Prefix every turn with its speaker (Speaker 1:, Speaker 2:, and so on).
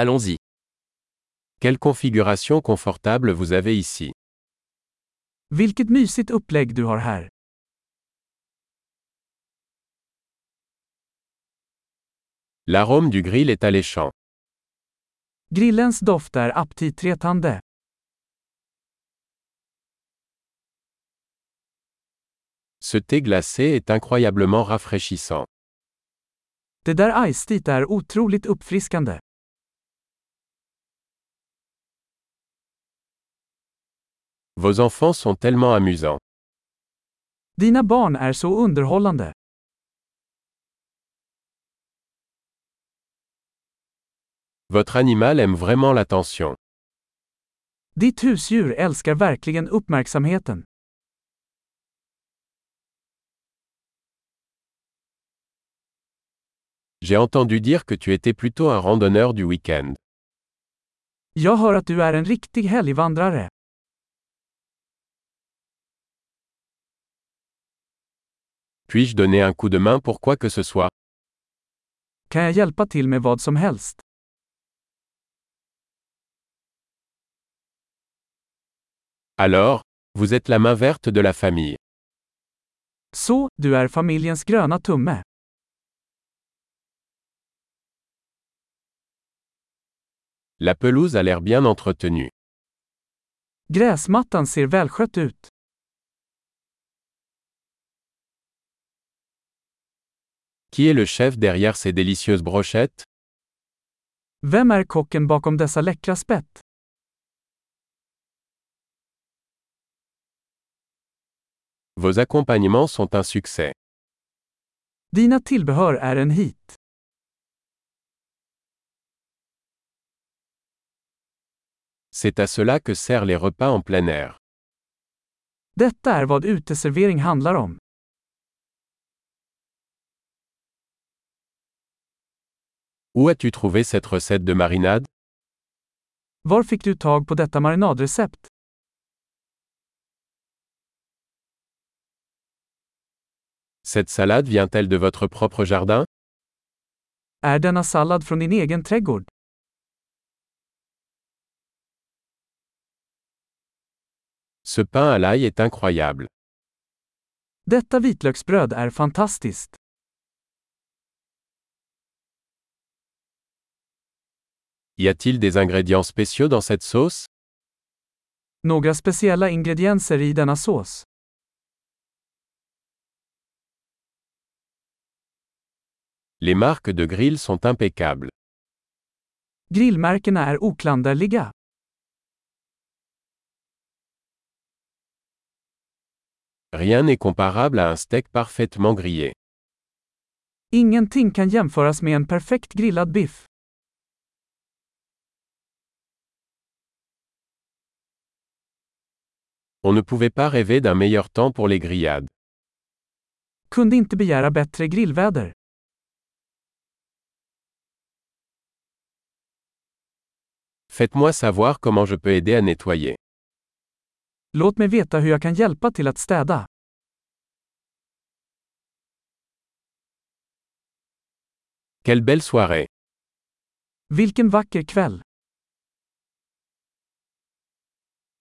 Speaker 1: Allons-y.
Speaker 2: Quelle configuration confortable vous avez ici.
Speaker 3: Vilket mysigt upplägg du har här.
Speaker 2: L'arôme du grill est alléchant.
Speaker 3: Grillens doft är aptitretande.
Speaker 2: Ce thé glacé est incroyablement rafraîchissant.
Speaker 3: Det där iceteet är otroligt uppfriskande.
Speaker 2: Vos enfants sont tellement amusants.
Speaker 3: Dina barn är så underhållande.
Speaker 2: Votre animal aime vraiment l'attention.
Speaker 3: Ditt husdjur älskar verkligen uppmärksamheten.
Speaker 2: J'ai entendu dire que tu étais plutôt un randonneur du week-end.
Speaker 3: Jag hör att du är en riktig helgvandrare.
Speaker 2: Puis-je donner un coup de main pour quoi que ce soit
Speaker 3: Kan jag hjälpa till med vad som helst?
Speaker 2: Alors, vous êtes la main verte de la famille.
Speaker 3: Så, du är familjens gröna tumme.
Speaker 2: La pelouse a l'air bien entretenue.
Speaker 3: Gräsmattan ser välskött ut.
Speaker 2: Qui est le chef derrière ces délicieuses brochettes
Speaker 3: Vem är kocken bakom dessa läckra spett?
Speaker 2: Vos accompagnements sont un succès.
Speaker 3: Dina tillbehör är en hit.
Speaker 2: C'est à cela que servent les repas en plein air.
Speaker 3: Detta är vad uteservering handlar om.
Speaker 2: Où as-tu trouvé cette recette de marinade
Speaker 3: Var fick du tag på detta marinadrecept?
Speaker 2: Cette salade vient-elle de votre propre jardin
Speaker 3: Är denna sallad från din egen trädgård?
Speaker 2: Ce pain à l'ail est incroyable.
Speaker 3: Detta vitlöksbröd är fantastiskt.
Speaker 2: Y a-t-il des ingrédients spéciaux dans cette sauce
Speaker 3: Några speciella ingredienser i denna sås.
Speaker 2: Les marques de grill sont impeccables.
Speaker 3: Grillmärkena är oklanderliga.
Speaker 2: Rien n'est comparable à un steak parfaitement grillé.
Speaker 3: Ingenting kan jämföras med en perfekt grillad biff.
Speaker 2: On ne pouvait pas rêver d'un meilleur temps pour les grillades.
Speaker 3: Kunde inte begära bättre grillväder.
Speaker 2: Faites-moi savoir comment je peux aider à nettoyer.
Speaker 3: Låt mig veta hur jag kan hjälpa till att städa.
Speaker 2: Quelle belle soirée
Speaker 3: Vilken vacker kväll!